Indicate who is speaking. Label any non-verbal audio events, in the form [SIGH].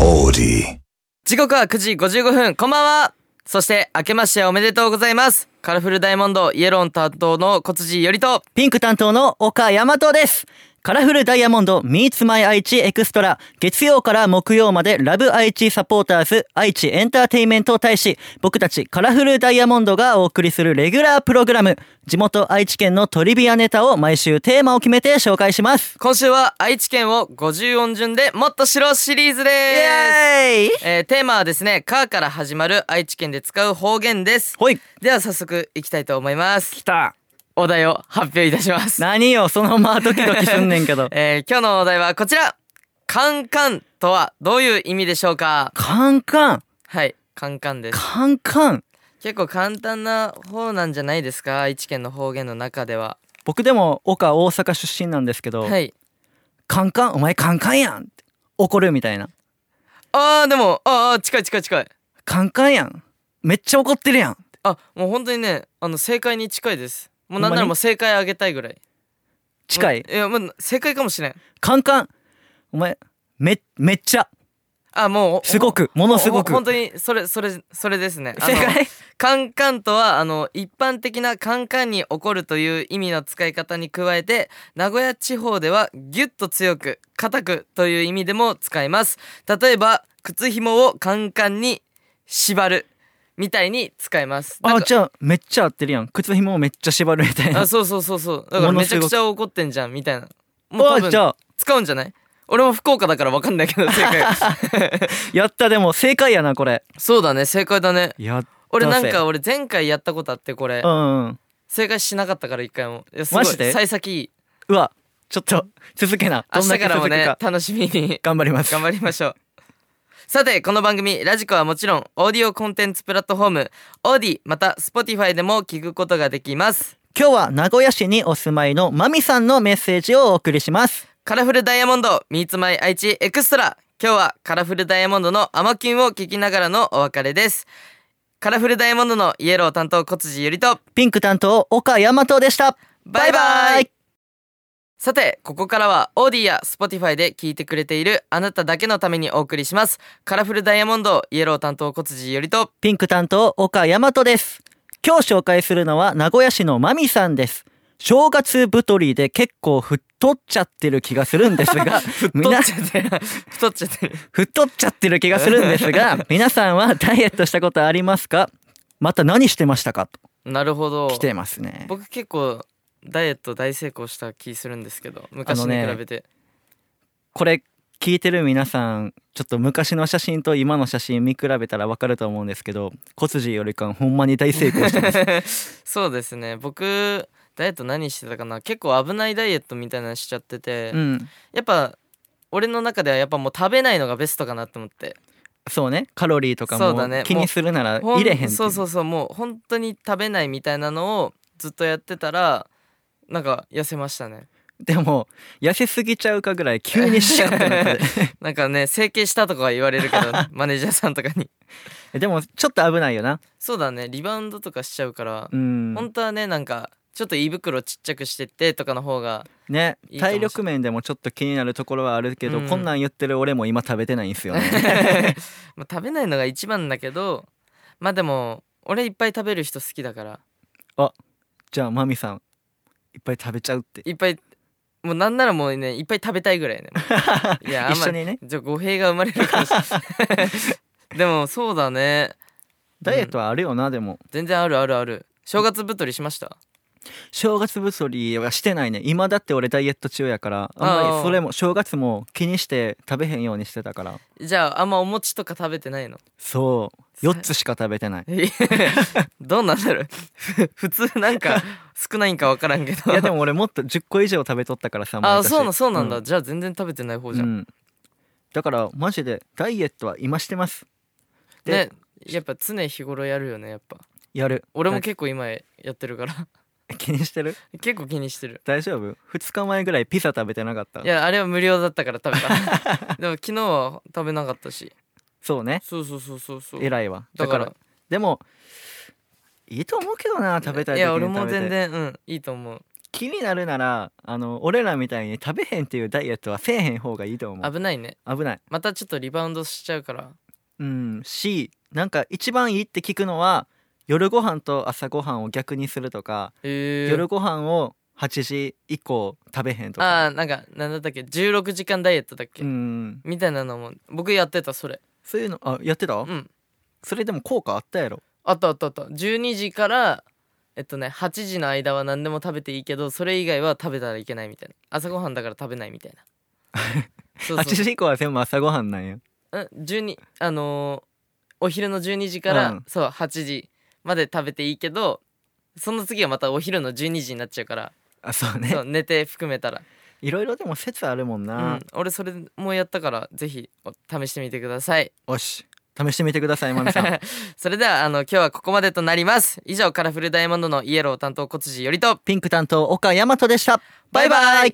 Speaker 1: オーデ
Speaker 2: 時刻は9時55分こんばんはそして明けましておめでとうございますカラフルダイヤモンドイエローの担当の小辻よりと
Speaker 3: ピンク担当の岡大和です。カラフルダイヤモンド Meets My 愛知エクストラ月曜から木曜までラブ愛知サポーターズ愛知エンターテイメントを大使僕たちカラフルダイヤモンドがお送りするレギュラープログラム地元愛知県のトリビアネタを毎週テーマを決めて紹介します
Speaker 2: 今週は愛知県を50音順でもっと知ろうシリーズです
Speaker 3: エーイ
Speaker 2: えーテーマはですね「カー」から始まる愛知県で使う方言です
Speaker 3: ほい
Speaker 2: では早速いきたいと思います
Speaker 3: 来た
Speaker 2: お題を発表いたします
Speaker 3: 何よそのままドキドキすんねん [LAUGHS] けど
Speaker 2: [LAUGHS] えー今日のお題はこちら「カンカン」とはどういう意味でしょうか
Speaker 3: カンカン
Speaker 2: はいカンカンです
Speaker 3: カンカン
Speaker 2: 結構簡単な方なんじゃないですか愛知県の方言の中では
Speaker 3: 僕でも岡大阪出身なんですけど、
Speaker 2: はい
Speaker 3: カンカンお前カンカンやんって怒るみたいな
Speaker 2: あーでもあーあー近い近い近い
Speaker 3: カンカンやんめっちゃ怒ってるやん
Speaker 2: あもう本当にねあの正解に近いですもうなんな
Speaker 3: ほんま
Speaker 2: ら
Speaker 3: に
Speaker 2: もう正解あげたいぐらい
Speaker 3: 近
Speaker 2: も
Speaker 3: いう
Speaker 2: いやもう正解かもしれん
Speaker 3: カンカンお前めめっちゃ
Speaker 2: あもう
Speaker 3: すごくも
Speaker 2: も
Speaker 3: のすごく
Speaker 2: 本当にそれそれそれですねあ
Speaker 3: 正
Speaker 2: の
Speaker 3: 解
Speaker 2: カンカンとはあの一般的なカンカンに起こるという意味の使い方に加えて名古屋地方ではギュッと強く硬くという意味でも使います例えば靴紐をカンカンに縛るみたいに使いますなん
Speaker 3: あ
Speaker 2: か
Speaker 3: じゃあめっちゃ合ってるやん靴紐もめっちゃ縛るみたいな
Speaker 2: あそうそうそうそうだから
Speaker 3: も
Speaker 2: め
Speaker 3: の
Speaker 2: ち
Speaker 3: す
Speaker 2: ゃ
Speaker 3: ごく
Speaker 2: くちゃ怒ってんじゃんみたいなもう多
Speaker 3: あ
Speaker 2: 分
Speaker 3: じゃあ
Speaker 2: 使うんじゃない俺も福岡だから分かんない
Speaker 3: [LAUGHS]
Speaker 2: けど正解
Speaker 3: やったでも正解やなこれ
Speaker 2: そうだね正解だね
Speaker 3: やったぜ
Speaker 2: 俺なんか俺前回やったことあってこれ
Speaker 3: うんうん
Speaker 2: 正解しなかったから一回もいやすごい
Speaker 3: マジで
Speaker 2: 幸先いいう
Speaker 3: わちょっと続けな
Speaker 2: 明
Speaker 3: ど
Speaker 2: 日
Speaker 3: んだけ
Speaker 2: からも
Speaker 3: 続く
Speaker 2: ね
Speaker 3: か
Speaker 2: 楽しみに [LAUGHS]
Speaker 3: 頑張ります
Speaker 2: 頑張りましょうさてこの番組ラジコはもちろんオーディオコンテンツプラットフォームオーディまた Spotify でも聞くことができます
Speaker 3: 今日は名古屋市にお住まいのまみさんのメッセージをお送りします
Speaker 2: カラフルダイヤモンド Meets My 愛知エクストラ今日はカラフルダイヤモンドのアマキュンを聞きながらのお別れですカラフルダイヤモンドのイエロー担当小辻ゆりと
Speaker 3: ピンク担当岡大和でした
Speaker 2: バイバイさてここからはオーディや Spotify で聞いてくれているあなただけのためにお送りしますカラフルダイヤモンドイエロー担当小辻よりと
Speaker 3: ピンク担当岡大和です。今日紹介するのは名古屋市のまみさんです。正月太りで結構太っちゃってる気がするんです [LAUGHS] が、みんな
Speaker 2: 太っちゃってる太っちゃってる
Speaker 3: 太っちゃってる気がするんですが、 [LAUGHS] 皆さんはダイエットしたことありますか？また何してましたかと
Speaker 2: なるほど
Speaker 3: 来てますね。
Speaker 2: 僕結構ダイエット大成功した気するんですけど昔
Speaker 3: あ
Speaker 2: に
Speaker 3: のね
Speaker 2: 比べて、
Speaker 3: これ聞いてる皆さん、ちょっと昔の写真と今の写真見比べたらわかると思うんですけど、小辻よりかんほんまに大成功して [LAUGHS] ます。
Speaker 2: そうですね僕ダイエット何してたかな結構危ないダイエットみたいなのしちゃってて、
Speaker 3: うん、
Speaker 2: やっぱ俺の中ではやっぱもう食べないのがベストかなと思って
Speaker 3: そうね。カロリーとか
Speaker 2: そうだね
Speaker 3: も気にするなら
Speaker 2: ほん
Speaker 3: 入れへんってい
Speaker 2: そうそうそうもう本当に食べないみたいなのをずっとやってたらなんか痩せましたね
Speaker 3: [LAUGHS] でも痩せすぎちゃうかぐらい急にシャッてな
Speaker 2: [LAUGHS]
Speaker 3: って
Speaker 2: なんかね整形したとかは言われるけ
Speaker 3: [LAUGHS]
Speaker 2: どマネージャーさんとかに
Speaker 3: てでもちょっと危ないよな
Speaker 2: そうだねリバウンドとかしちゃうから、
Speaker 3: うん
Speaker 2: 本当はねなんかちょっと胃袋ちっちゃくしてってとかの方
Speaker 3: [LAUGHS]
Speaker 2: が
Speaker 3: ね
Speaker 2: いいかもしれない
Speaker 3: 体力面でもちょっと気になるところはあるけど、
Speaker 2: うん
Speaker 3: こんなん言ってる俺も今食べてないんですよね
Speaker 2: [LAUGHS] まあ食べないのが一番だけどまあでも俺いっぱい食べる人好きだから
Speaker 3: じゃあマミさんいっぱい食べちゃうって
Speaker 2: いっぱいもうなんならもうねいっぱい食べたいぐ
Speaker 3: [LAUGHS]
Speaker 2: らいねいやあん
Speaker 3: 一
Speaker 2: ま
Speaker 3: 緒にね
Speaker 2: じゃあ語弊が生まれるかもしれ
Speaker 3: [LAUGHS]
Speaker 2: ないでもそうだね
Speaker 3: ダイエットはあるよな、でも
Speaker 2: 全然あるあるある正月太りしました
Speaker 3: 正月太りはしてないね今だって俺ダイエット中やからあんま
Speaker 2: あー
Speaker 3: りそれも正月も気にして食べへんようにしてたから
Speaker 2: じゃああんまお餅とか食べてないの [LAUGHS]
Speaker 3: そう4つしか食べてない
Speaker 2: どうなんだろうふ普通なんか少ないんか分からんけ
Speaker 3: い
Speaker 2: ど
Speaker 3: やでも俺もっと10個以上食べとったからさ毎
Speaker 2: あ
Speaker 3: 年
Speaker 2: そうなんそうなんだ、
Speaker 3: う
Speaker 2: じゃあ全然食べてない方じゃん、
Speaker 3: うん、だからマジでダイエットは今してますで
Speaker 2: ねやっぱ常日頃やるよねやっぱ
Speaker 3: やる
Speaker 2: 俺も
Speaker 3: だ
Speaker 2: 結構今やってるから [LAUGHS]
Speaker 3: 気にしてる
Speaker 2: 結構気にしてる
Speaker 3: 大丈夫2日前ぐらいピザ食べてなかった
Speaker 2: いやあれは無料だったから食べ
Speaker 3: [LAUGHS]
Speaker 2: たでも昨日は食べなかったし
Speaker 3: そうね
Speaker 2: そうそうそうそうそう
Speaker 3: 偉いわ
Speaker 2: だ
Speaker 3: だ
Speaker 2: か
Speaker 3: かららでもいいと思うけどな食べたい時に食べて
Speaker 2: や俺も全然うんいいと思う
Speaker 3: 気になるならあの俺らみたいに食べへんっていうダイエットはせえへん方がいいと思う
Speaker 2: 危ないね
Speaker 3: 危ない
Speaker 2: またちょっとリバウンドしちゃうから
Speaker 3: うんしなんか一番いいって聞くのは夜ご飯と朝ご飯を逆にするとか、
Speaker 2: えー、
Speaker 3: 夜ご飯を8時以降食べへんとか
Speaker 2: ああなんかなんだったっけ16時間ダイエットだっけ、
Speaker 3: うん
Speaker 2: みたいなのも僕やってたそれ
Speaker 3: そういうのあやってた、
Speaker 2: うん
Speaker 3: それでも効果あったやろ
Speaker 2: あったあったあった12時からえっとね8時の間は何でも食べていいけどそれ以外は食べたらいけないみたいな朝ごはんだから食べないみたいな
Speaker 3: [LAUGHS]
Speaker 2: そうそう
Speaker 3: 8時以降は全部朝ごは
Speaker 2: [LAUGHS]
Speaker 3: んなんや
Speaker 2: うん12あのーお昼の12時から、
Speaker 3: うん
Speaker 2: そう8時まで食べていいけどその次はまたお昼の12時になっちゃうから
Speaker 3: あそう
Speaker 2: [LAUGHS]
Speaker 3: ね
Speaker 2: そう寝て含めたら、
Speaker 3: いろいろでも説あるもん
Speaker 2: う
Speaker 3: な、
Speaker 2: ん、俺それもやったからぜひお試してみてください
Speaker 3: よし試してみてくださいまみさん
Speaker 2: [LAUGHS] それではあの今日はここまでとなります以上カラフルダイヤモンドのイエロー担当小辻よりと
Speaker 3: ピンク担当岡大和でしたバイバイ